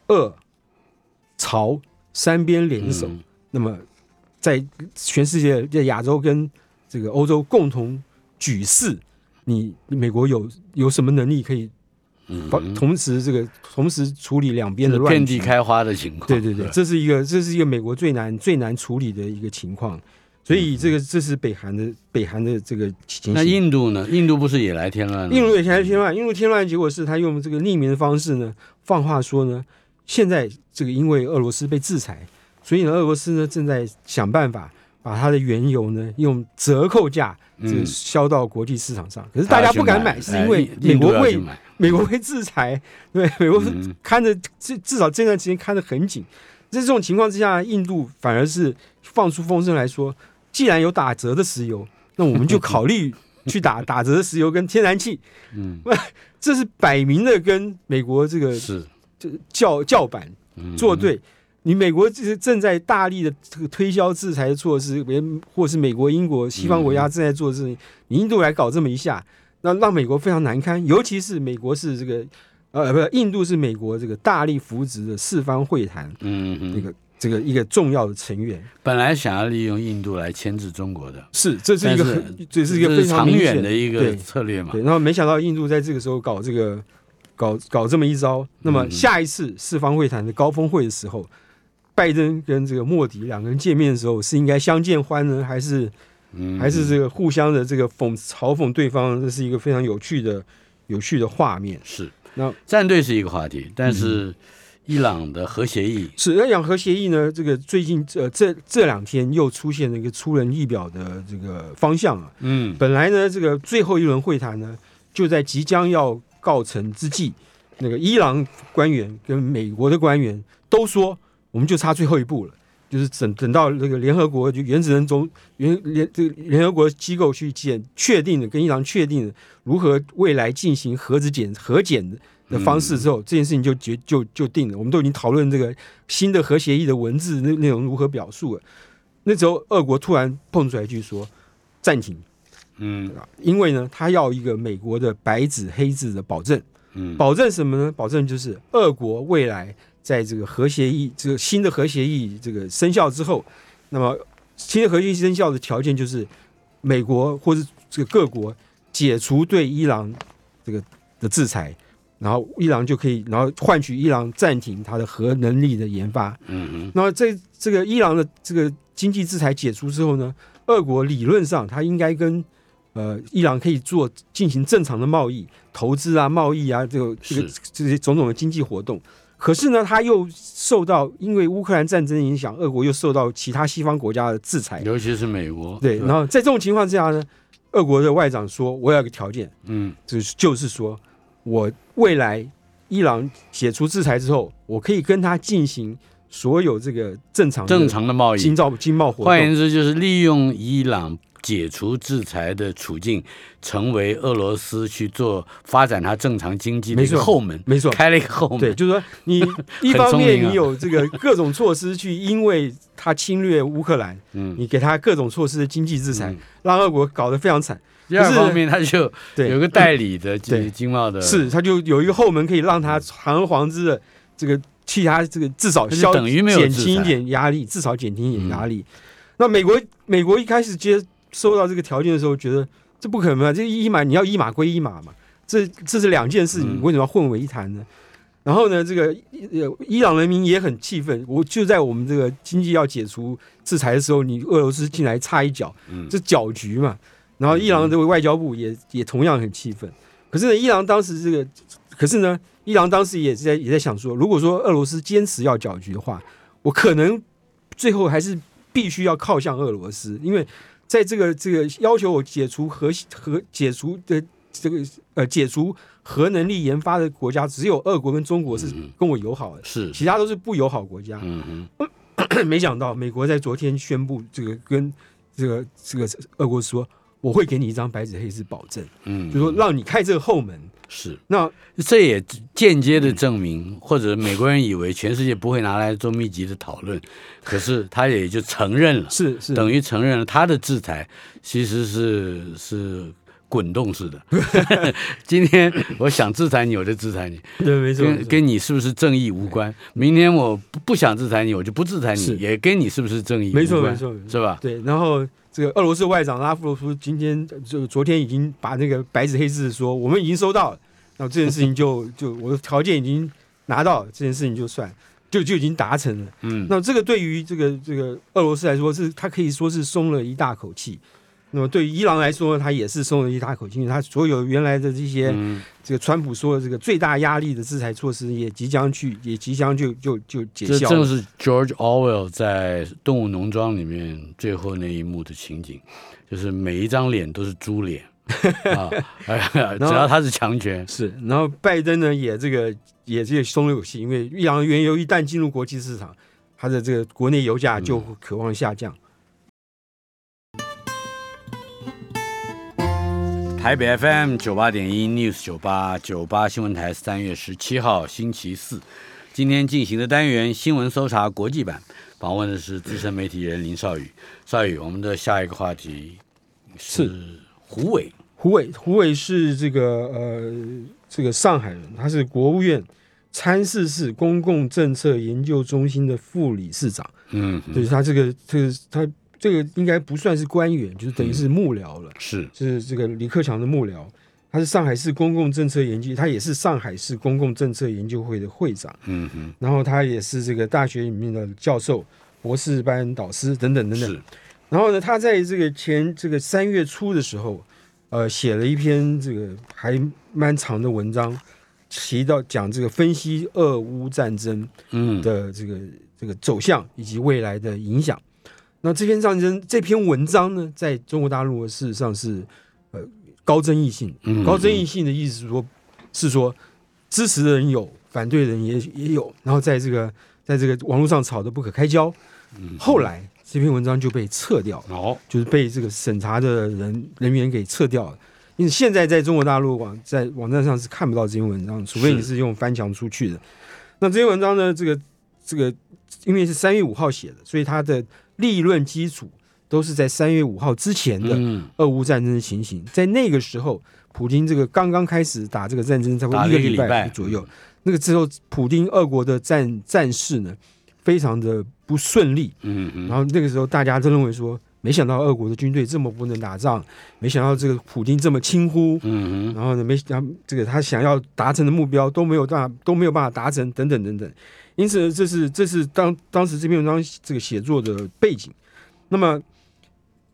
S3: 俄、朝三边联手，
S2: 嗯
S3: 那么在全世界在亚洲跟这个欧洲共同举世，你美国有有什么能力可以把同时这个同时处理两边的
S2: 是
S3: 乱
S2: 遍
S3: 局
S2: 嗯地开花的情况。
S3: 对对对，这是一个这是一个美国最难最难处理的一个情况，所以这个这是北韩的北韩的这个情
S2: 嗯那
S3: 形。
S2: 印度呢？印度不是也来添乱了吗？
S3: 印度也来添乱，印度添乱，结果是他用这个匿名的方式呢，放话说呢，现在这个因为俄罗斯被制裁，所以呢，俄罗斯呢正在想办法把它的原油呢用折扣价这个
S2: 嗯
S3: 销到国际市场上。可是
S2: 他
S3: 大
S2: 要
S3: 家
S2: 去
S3: 不敢买，是因为
S2: 哎
S3: 美
S2: 印
S3: 国
S2: 度要去
S3: 会
S2: 买
S3: 美国会制裁，对美国
S2: 嗯
S3: 看着至至少这段时间看得很紧。在这种情况之下，印度反而是放出风声来说，既然有打折的石油，那我们就考虑去打打折的石油跟天然气。
S2: 嗯，
S3: [laughs] 这是摆明的跟美国这个
S2: 是
S3: 叫叫板
S2: 嗯
S3: 呃作对。你美国这是正在大力的这个推销制裁措施，连或是美国、英国、西方国家正在做的事情，你印度来搞这么一下，那让美国非常难堪。尤其是美国是这个，呃，不是印度是美国这个大力扶植的四方会谈
S2: 嗯
S3: 这
S2: 嗯，
S3: 个这个一个重要的成员。
S2: 本来想要利用印度来牵制中国的，
S3: 是，这是一个很
S2: 但是
S3: 这是一个非常
S2: 长
S3: 明
S2: 远
S3: 显
S2: 的一个
S3: 对
S2: 策略嘛
S3: 对，。然后没想到印度在这个时候搞这个，搞搞这么一招。那么
S2: 嗯
S3: 下一次四方会谈的高峰会的时候，拜登跟这个莫迪两个人见面的时候，是应该相见欢呢，还是
S2: 嗯，
S3: 还是这个互相的这个讽嘲讽对方？这是一个非常有趣的有趣的画面。
S2: 是
S3: 那嗯
S2: 战队是一个话题，但是伊朗的核协议，
S3: 是那两核协议呢？这个最近呃这这两天又出现了一个出人意表的这个方向啊。
S2: 嗯
S3: 本来呢，这个最后一轮会谈呢，就在即将要告成之际，那个伊朗官员跟美国的官员都说，我们就差最后一步了，就是等等到这个联合国就原子能总原联这个联合国机构去检确定的，跟伊朗确定的如何未来进行核子检核检的。的方式之后，这件事情就决就就定了。我们都已经讨论这个新的核协议的文字内内容如何表述了。那时候，俄国突然蹦出来一句说：“暂停，
S2: 嗯
S3: 因为呢，他要一个美国的白纸黑字的保证，
S2: 嗯，
S3: 保证什么呢？保证就是俄国未来在这个核协议，这个新的核协议这个生效之后，那么新的核协议生效的条件就是美国或者这个各国解除对伊朗这个的制裁，然后伊朗就可以，然后换取伊朗暂停它的核能力的研发。
S2: 嗯
S3: 那么这这个伊朗的这个经济制裁解除之后呢，俄国理论上它应该跟呃伊朗可以做进行正常的贸易、投资啊、贸易啊，这个这个
S2: 是
S3: 这些种种的经济活动。可是呢，它又受到因为乌克兰战争的影响，俄国又受到其他西方国家的制裁
S2: 哼，。尤其是美国，哦
S3: 对，
S2: 是吧
S3: 然后在这种情况之下呢，俄国的外长说：“我有个条件，
S2: 嗯，
S3: 就是就是说我未来伊朗解除制裁之后，我可以跟他进行所有这个正常的
S2: 正常的贸易，
S3: 经贸经贸活
S2: 换
S3: 动。
S2: 言之，就是利用伊朗解除制裁的处境，成为俄罗斯去做发展它正常经济的一
S3: 没
S2: 个
S3: 错
S2: 后门，
S3: 没错
S2: 开了一个后门。
S3: 对，就是说
S2: [laughs]
S3: 你一方
S2: 啊
S3: 面你有这个各种措施去，因为他侵略乌克兰，
S2: 嗯
S3: 你给他各种措施的经济制裁，让俄国搞得非常惨。
S2: 第二
S3: 可是
S2: 方面，它就有
S3: 对，
S2: 个代理的
S3: 对
S2: 经经贸的，
S3: 是，他就有一个后门可以让他堂而皇之的这个替他这个至少
S2: 那就
S3: 消
S2: 等于没有嗯
S3: 减
S2: 制裁
S3: 轻一点压力，至少减轻一点压力。那美国美国一开始接收到这个条件的时候，觉得这不可能啊，这一码你要一码归一码嘛，这这是两件事情，
S2: 嗯
S3: 你为什么要混为一谈呢？然后呢，这个呃伊朗人民也很气愤，我就在我们这个经济要解除制裁的时候，你俄罗斯进来插一脚，
S2: 嗯
S3: 这搅局嘛。然后伊朗这个外交部也也同样很气愤。可是呢，伊朗当时这个，可是呢，伊朗当时也是在也在想说，如果说俄罗斯坚持要搅局的话，我可能最后还是必须要靠向俄罗斯，因为在这个这个要求我解除核核解除的这个呃解除核能力研发的国家，只有俄国跟中国是跟我友好的，
S2: 是，
S3: 其他都是不友好国家。
S2: 嗯哼，
S3: [coughs] 没想到美国在昨天宣布，这个跟这个这个俄国说，我会给你一张白纸黑字保证，
S2: 嗯，
S3: 就说让你开这个后门。
S2: 是，
S3: 那
S2: 这也间接
S3: 嗯
S2: 的证明，或者美国人以为全世界不会拿来做密集的讨论，可是他也就承认了。
S3: 是是
S2: 等于承认了他的制裁其实是是滚动式
S3: [laughs]
S2: 的。今天我想制裁你，我就制裁你，
S3: 对，没错，没
S2: 跟
S3: 错
S2: 跟你是不是正义无关。明天我不不想制裁你，我就不制裁你
S3: 是，
S2: 也跟你是不是正义无关，
S3: 没错没错没错
S2: 是吧？
S3: 对。然后这个俄罗斯外长拉夫罗夫今天就昨天已经把那个白纸黑字说，我们已经收到了，那这件事情就 [laughs] 就我的条件已经拿到了，这件事情就算就就已经达成了。
S2: 嗯，
S3: 那这个对于这个这个俄罗斯来说是，它可以说是松了一大口气。那么对于伊朗来说，它也是松了一大口气，因为它所有原来的这些、
S2: 嗯
S3: 这个川普说的这个最大压力的制裁措施，也即将去也即将就就就解
S2: 这
S3: 消
S2: 正
S3: 了。
S2: 是 George Orwell 在《动物农庄》里面最后那一幕的情景，就是每一张脸都是猪 [laughs] 脸啊，哎呀只
S3: 后
S2: 要他是强权，
S3: 是，然后拜登呢也这个也这个松了口气，因为伊朗原油一旦进入国际市场，它的这个国内油
S2: 嗯
S3: 价就渴望下降。
S2: 台北 FM 九八点一 News 九八九八新闻台，三月十七号星期四，今天进行的单元新闻搜查国际版，访问的是资深媒体人林少宇。少宇，我们的下一个话题是胡伟，
S3: 胡伟，胡伟是这个呃，这个上海人，他是国务院参事室公共政策研究中心的副理事长。
S2: 嗯，
S3: 就是他这个，这个他这个应该不算是官员，就是
S2: 嗯
S3: 等于是幕僚了，
S2: 是
S3: 就是这个李克强的幕僚。他是上海市公共政策研究，他也是上海市公共政策研究会的会长。
S2: 嗯哼，
S3: 然后他也是这个大学里面的教授、博士班导师等等等等。
S2: 是
S3: 然后呢，他在这个前这个三月初的时候，呃，写了一篇这个还蛮长的文章，提到讲这个分析俄乌战争
S2: 嗯
S3: 的这个这个走向以及未来的影响。那这篇战争这篇文章呢，在中国大陆事实上是呃高争议性的，
S2: 嗯
S3: 高争议性的意思是说，是说支持的人有，反对的人也也有，然后在这个在这个网络上吵得不可开交。
S2: 嗯
S3: 后来这篇文章就被撤掉了，
S2: 哦，
S3: 就是被这个审查的人人员给撤掉了。因为现在在中国大陆网在网站上是看不到这篇文章，除非你是用翻墙出去的。那这篇文章呢，这个这个因为是三月五号写的，所以它的立论基础都是在三月五号之前的。
S2: 嗯，
S3: 俄乌战争的情形，在那个时候，普京这个刚刚开始打这个战争，差不
S2: 打
S3: 多
S2: 了
S3: 个
S2: 一个礼拜
S3: 拜左右，那个之后，普丁俄国的战战事呢，非常的不顺利，
S2: 嗯嗯
S3: 然后那个时候大家都认为说，没想到俄国的军队这么不能打仗，没想到这个普京这么轻忽，
S2: 嗯哼，
S3: 然后呢，没然后这个他想要达成的目标都没有办法都没有办法达成，等等等等。因此呢，这是这是当当时这篇文章这个写作的背景。那么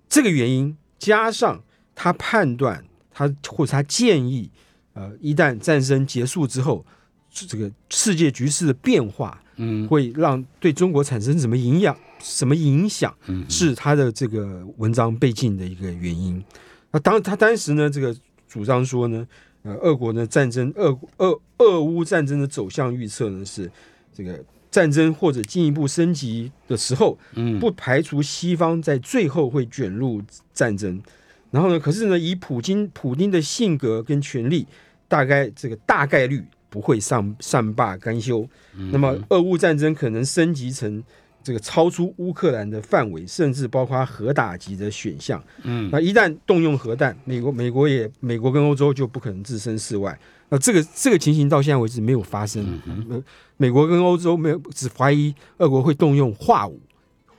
S3: 这个原因加上他判断他或者他建议，呃，一旦战争结束之后，这个世界局势的变化
S2: 嗯
S3: 会让对中国产生什么影响？什么影响？
S2: 嗯哼，
S3: 是他的这个文章被禁的一个原因。那当他当时呢，这个主张说呢，呃，俄国呢战争，俄俄俄乌战争的走向预测呢是这个战争或者进一步升级的时候，
S2: 嗯
S3: 不排除西方在最后会卷入战争。然后呢，可是呢，以普京普京的性格跟权力，大概这个大概率不会善善罢甘休。那么，俄乌战争可能升级成这个超出乌克兰的范围，甚至包括核打击的选项。
S2: 嗯，
S3: 那一旦动用核弹，美国美国也美国跟欧洲就不可能置身事外。那这个这个情形到现在为止没有发生。呃美国跟欧洲没有只怀疑俄国会动用化武，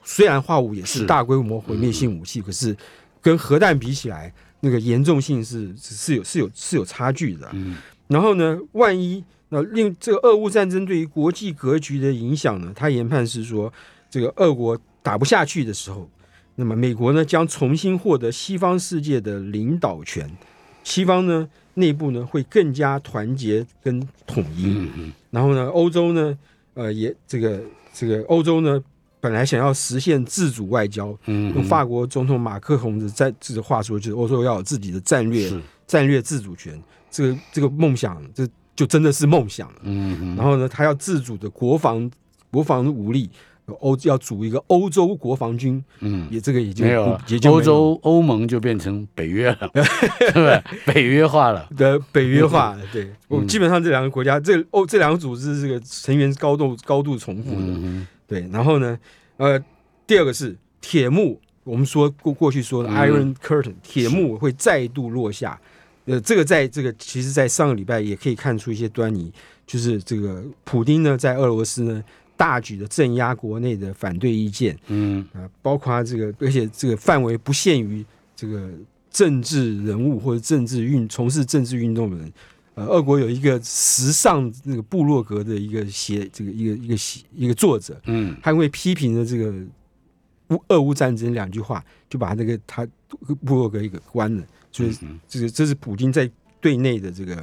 S3: 虽然化武也
S2: 是
S3: 是大规模毁灭性武器，可是跟核弹比起来，那个严重性是是是有是有是有差距的。
S2: 嗯
S3: 然后呢，万一那另这个俄乌战争对于国际格局的影响呢，他研判是说，这个俄国打不下去的时候，那么美国呢将重新获得西方世界的领导权，西方呢内部呢会更加团结跟统一。
S2: 嗯哼，
S3: 然后呢，欧洲呢，呃，也这个这个欧洲呢，本来想要实现自主外交，
S2: 嗯
S3: 用
S2: 哼，
S3: 法国总统马克宏的在这个话说，就是欧洲要有自己的战略
S2: 是
S3: 战略自主权，这个这个梦想，这就真的是梦想了。
S2: 嗯哼，
S3: 然后呢，他要自主的国防国防武力，欧要组一个欧洲国防军，
S2: 嗯。
S3: 也这个也就
S2: 没有
S3: 不
S2: 了
S3: 也，就没有
S2: 欧洲欧盟就变成北约了，是吧？北约化了，
S3: 的北约化，对我
S2: 嗯
S3: 基本上这两个国家，这欧这两个组织这个成员是高度高度重复的。
S2: 嗯
S3: 对，然后呢，呃，第二个是铁幕，我们说过过去说的
S2: 嗯
S3: Iron Curtain，、铁幕会再度落下。呃，这个在这个其实，在上个礼拜也可以看出一些端倪，就是这个普丁呢，在俄罗斯呢大举的镇压国内的反对意见，
S2: 嗯
S3: 啊、包括这个，而且这个范围不限于这个政治人物或者政治运从事政治运动的人。呃，俄国有一个时尚那个部落格的一个写这个一个一个写一个作者，
S2: 嗯
S3: 他因为批评了这个乌俄乌战争两句话，就把那个他部落格给关了，所以
S2: 嗯
S3: 这个这是普京在对内的这个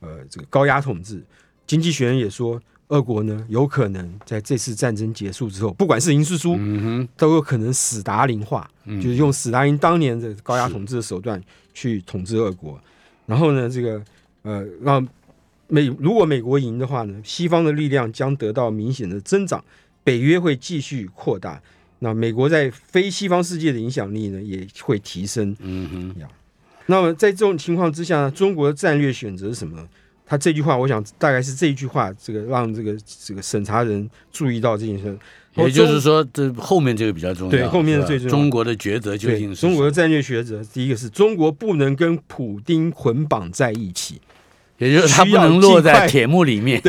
S3: 呃这个高压统治。经济学人也说，俄国呢有可能在这次战争结束之后，不管是赢是输，
S2: 嗯
S3: 都有可能史达林化，
S2: 嗯
S3: 就是用史达林当年的高压统治的手段去统治俄国。然后呢，这个呃，让美如果美国赢的话呢，西方的力量将得到明显的增长，北约会继续扩大，那美国在非西方世界的影响力呢也会提升。
S2: 嗯哼，
S3: 那么在这种情况之下呢，中国的战略选择是什么呢？他这句话，我想大概是这一句话，这个让这个这个审查人注意到这件事。
S2: 也就是说，这后面这个比较重要，
S3: 对后面最
S2: 是吧
S3: 重要
S2: 中国的抉择究
S3: 对，
S2: 竟是什么
S3: 中国的战略学者，第一个是中国不能跟普丁捆绑在一起，
S2: 也就是它不能落在铁幕里面。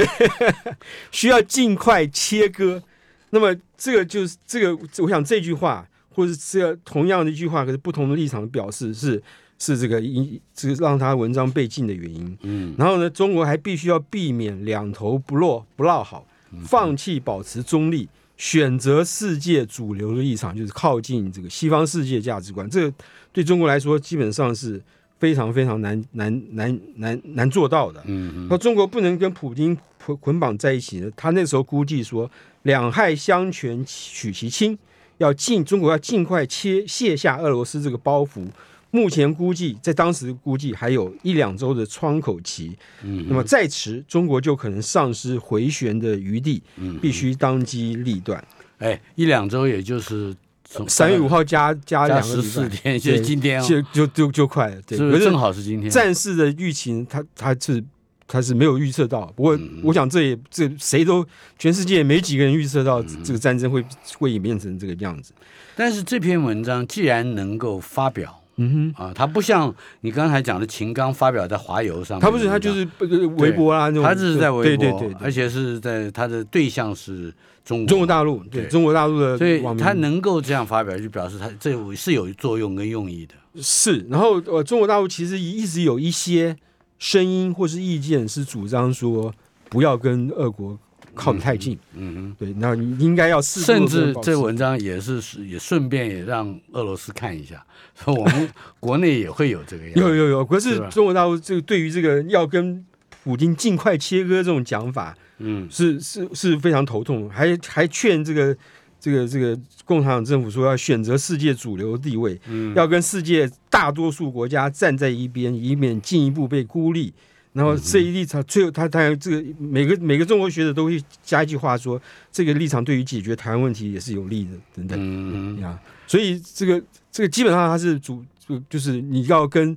S3: 需要尽快切割。那么这个就是这个，我想这句话或者是这个同样的一句话，可是不同的立场的表示是是这个一这个让他文章被禁的原因。
S2: 嗯
S3: 然后呢，中国还必须要避免两头不落不落好，放弃保持中立，选择世界主流的立场，就是靠近这个西方世界价值观。这个对中国来说，基本上是非常非常难难难难难做到的。
S2: 嗯
S3: 那中国不能跟普京捆捆绑在一起呢？他那时候估计说，两害相权取其轻，要尽中国要尽快切卸下俄罗斯这个包袱。目前估计，在当时估计还有一两周的窗口期，
S2: 嗯
S3: 那么再迟，中国就可能丧失回旋的余地，
S2: 嗯
S3: 必须当机立断。
S2: 哎，一两周也就是从
S3: 三月五号加加
S2: 加
S3: 两个
S2: 十四
S3: 礼拜
S2: 天，就
S3: 对
S2: 是今天哦，
S3: 就就就就快了，对，
S2: 是不
S3: 可
S2: 是
S3: 是
S2: 正好是今天？
S3: 战事的预期呢，它它是它是没有预测到。不过，
S2: 嗯
S3: 我想这也这谁都全世界没几个人预测到
S2: 嗯
S3: 这个战争会会演变成这个样子。
S2: 但是这篇文章既然能够发表，
S3: 嗯
S2: 啊，他不像你刚才讲的秦刚发表在华邮上面的文章，
S3: 哼，他不是他就是呃微博啦那种，
S2: 他只是在微博，
S3: 对对对对，
S2: 而且是在他的对象是中国，
S3: 中国大陆对
S2: 对
S3: 中国大陆的
S2: 所以
S3: 网民，
S2: 他能够这样发表，就表示他这有是有作用跟用意的。
S3: 是，然后呃，中国大陆其实一直有一些声音或是意见是主张说不要跟俄国靠得太近，
S2: 嗯
S3: 对，那你应该要适度地
S2: 甚
S3: 跟
S2: 至
S3: 保持
S2: 这文章也是也顺便也让俄罗斯看一下，说我
S3: [laughs]
S2: 们国内也会有这个样子。
S3: 有有有，可是
S2: 是吧
S3: 中国大陆这个对于这个要跟普京尽快切割这种讲法，
S2: 嗯，
S3: 是是是非常头痛，还还劝这个这个这个共产党政府说要选择世界主流地位，嗯、要跟世界大多数国家站在一边，以免进一步被孤立。然后这一立场，最后他他这个每个每个中国学者都会加一句话说，这个立场对于解决台湾问题也是有利的，等等。
S2: 嗯，
S3: 呀，所以这个这个基本上它是主就就是你要跟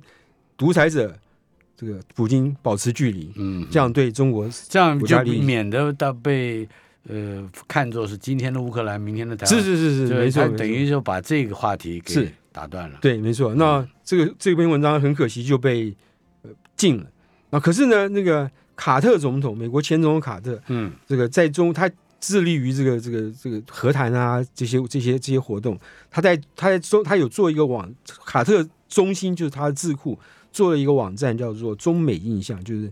S3: 独裁者这个普京保持距离，
S2: 嗯，
S3: 这样对中国
S2: 这样
S3: 国
S2: 就
S3: 家利益
S2: 免得到被呃看作是今天的乌克兰，明天的台湾。
S3: 是是是是
S2: 对
S3: 没错，
S2: 他等
S3: 没错
S2: 于啊就把这个话题
S3: 是
S2: 给打断了。嗯
S3: 对没错。那这个这篇文章很可惜就被呃禁了。那可是呢，那个卡特总统，美国前总统卡特，
S2: 嗯
S3: 这个在中他致力于这个这个这个和谈啊，这些这些这些活动，他在他在中他有做一个网卡特中心，就是他的智库做了一个网站，叫做中美印象，就是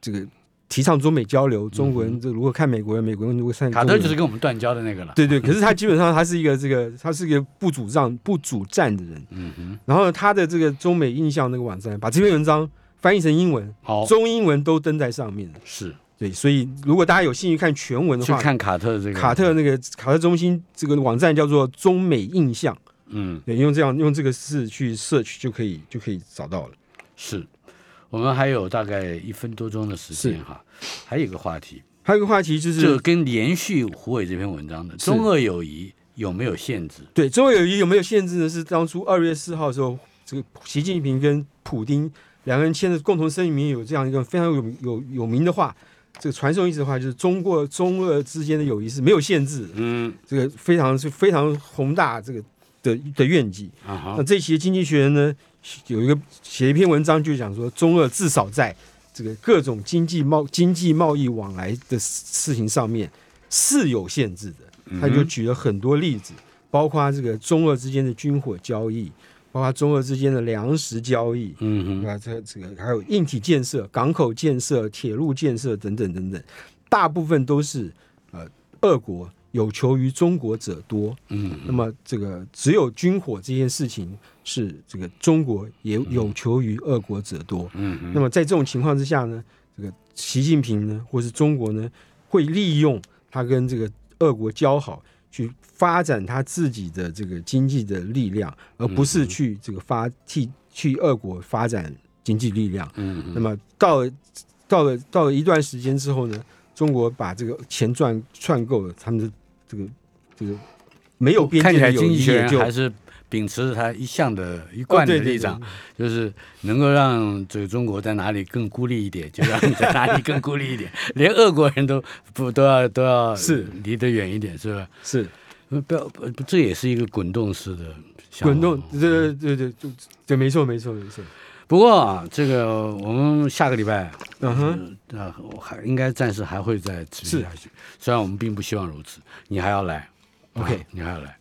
S3: 这个提倡中美交流，中国人这如何看美国人，美国人如何
S2: 嗯
S3: 看
S2: 卡
S3: 中
S2: 特
S3: 国
S2: 就是
S3: 人
S2: 跟我们断交的那个了。
S3: [laughs] 对对，可是他基本上他是一个这个他是一个不主张不主战的人，
S2: 嗯哼，
S3: 然后他的这个中美印象那个网站把这篇文章翻译成英文，
S2: 好，
S3: 中英文都登在上面了，
S2: 是
S3: 对，所以如果大家有兴趣看全文的
S2: 去
S3: 话，
S2: 看卡特这个
S3: 卡特，那个卡特中心这个网站叫做中美印象，
S2: 嗯，
S3: 对，用这样用这个字去 search 就可以就可以找到了。
S2: 是我们还有大概一分多钟的时
S3: 是
S2: 间哈，还有一个话题，
S3: 还有一个话题就
S2: 这
S3: 是，
S2: 跟连续胡伟这篇文章的
S3: 是
S2: 中俄友谊有没有限制？
S3: 对中国友谊有没有限制呢？是当初二月四号的时候，这个习近平跟普丁两个人签的共同声明，有这样一个非常有有有名的话，这个传送意思的话就是中国中俄之间的友谊是没有限制的，
S2: 嗯
S3: 这个非常是非常宏大这个的的愿景。
S2: 啊哈
S3: 那，这期《经济学人》呢，有一个写一篇文章，就讲说中俄至少在这个各种经济贸经济贸易往来的事情上面是有限制的。
S2: 嗯
S3: 他就举了很多例子，包括这个中俄之间的军火交易，包括中俄之间的粮食交易，
S2: 嗯哼，
S3: 啊，这这个还有硬体建设、港口建设、铁路建设等等等等，大部分都是呃俄国有求于中国者多。
S2: 嗯，
S3: 那么这个只有军火这件事情是这个中国也有求于俄国者多。
S2: 嗯哼，
S3: 那么在这种情况之下呢，这个习近平呢，或是中国呢，会利用他跟这个俄国交好，去发展他自己的这个经济的力量，而不是去这个发替去俄国发展经济力量。
S2: 嗯哼，
S3: 那么到了到了到了一段时间之后呢，中国把这个钱赚赚够了，他们的这个这个没有边
S2: 看
S3: 界
S2: 起来
S3: 的友
S2: 经济
S3: 谊
S2: 学
S3: 也
S2: 人
S3: 就
S2: 还是秉持着他一向的一贯的
S3: 哦对对
S2: 立场
S3: 对，
S2: 就是能够让这个中国在哪里更孤立一点，就让你在哪里更孤立一
S3: [laughs]
S2: 点，连俄国人都不都要都要
S3: 是
S2: 离得远一点，是吧？
S3: 是
S2: 呃不要，不不这也是一个滚动式的想嗯法
S3: 滚动，对对对对，就对，没错没错没错，
S2: 不过啊，这个我们下个礼拜，
S3: 嗯哼，
S2: 呃啊，我还应该暂时还会再持续
S3: 是
S2: 下去，虽然我们并不希望如此，你还要来
S3: OK
S2: 啊你还要来，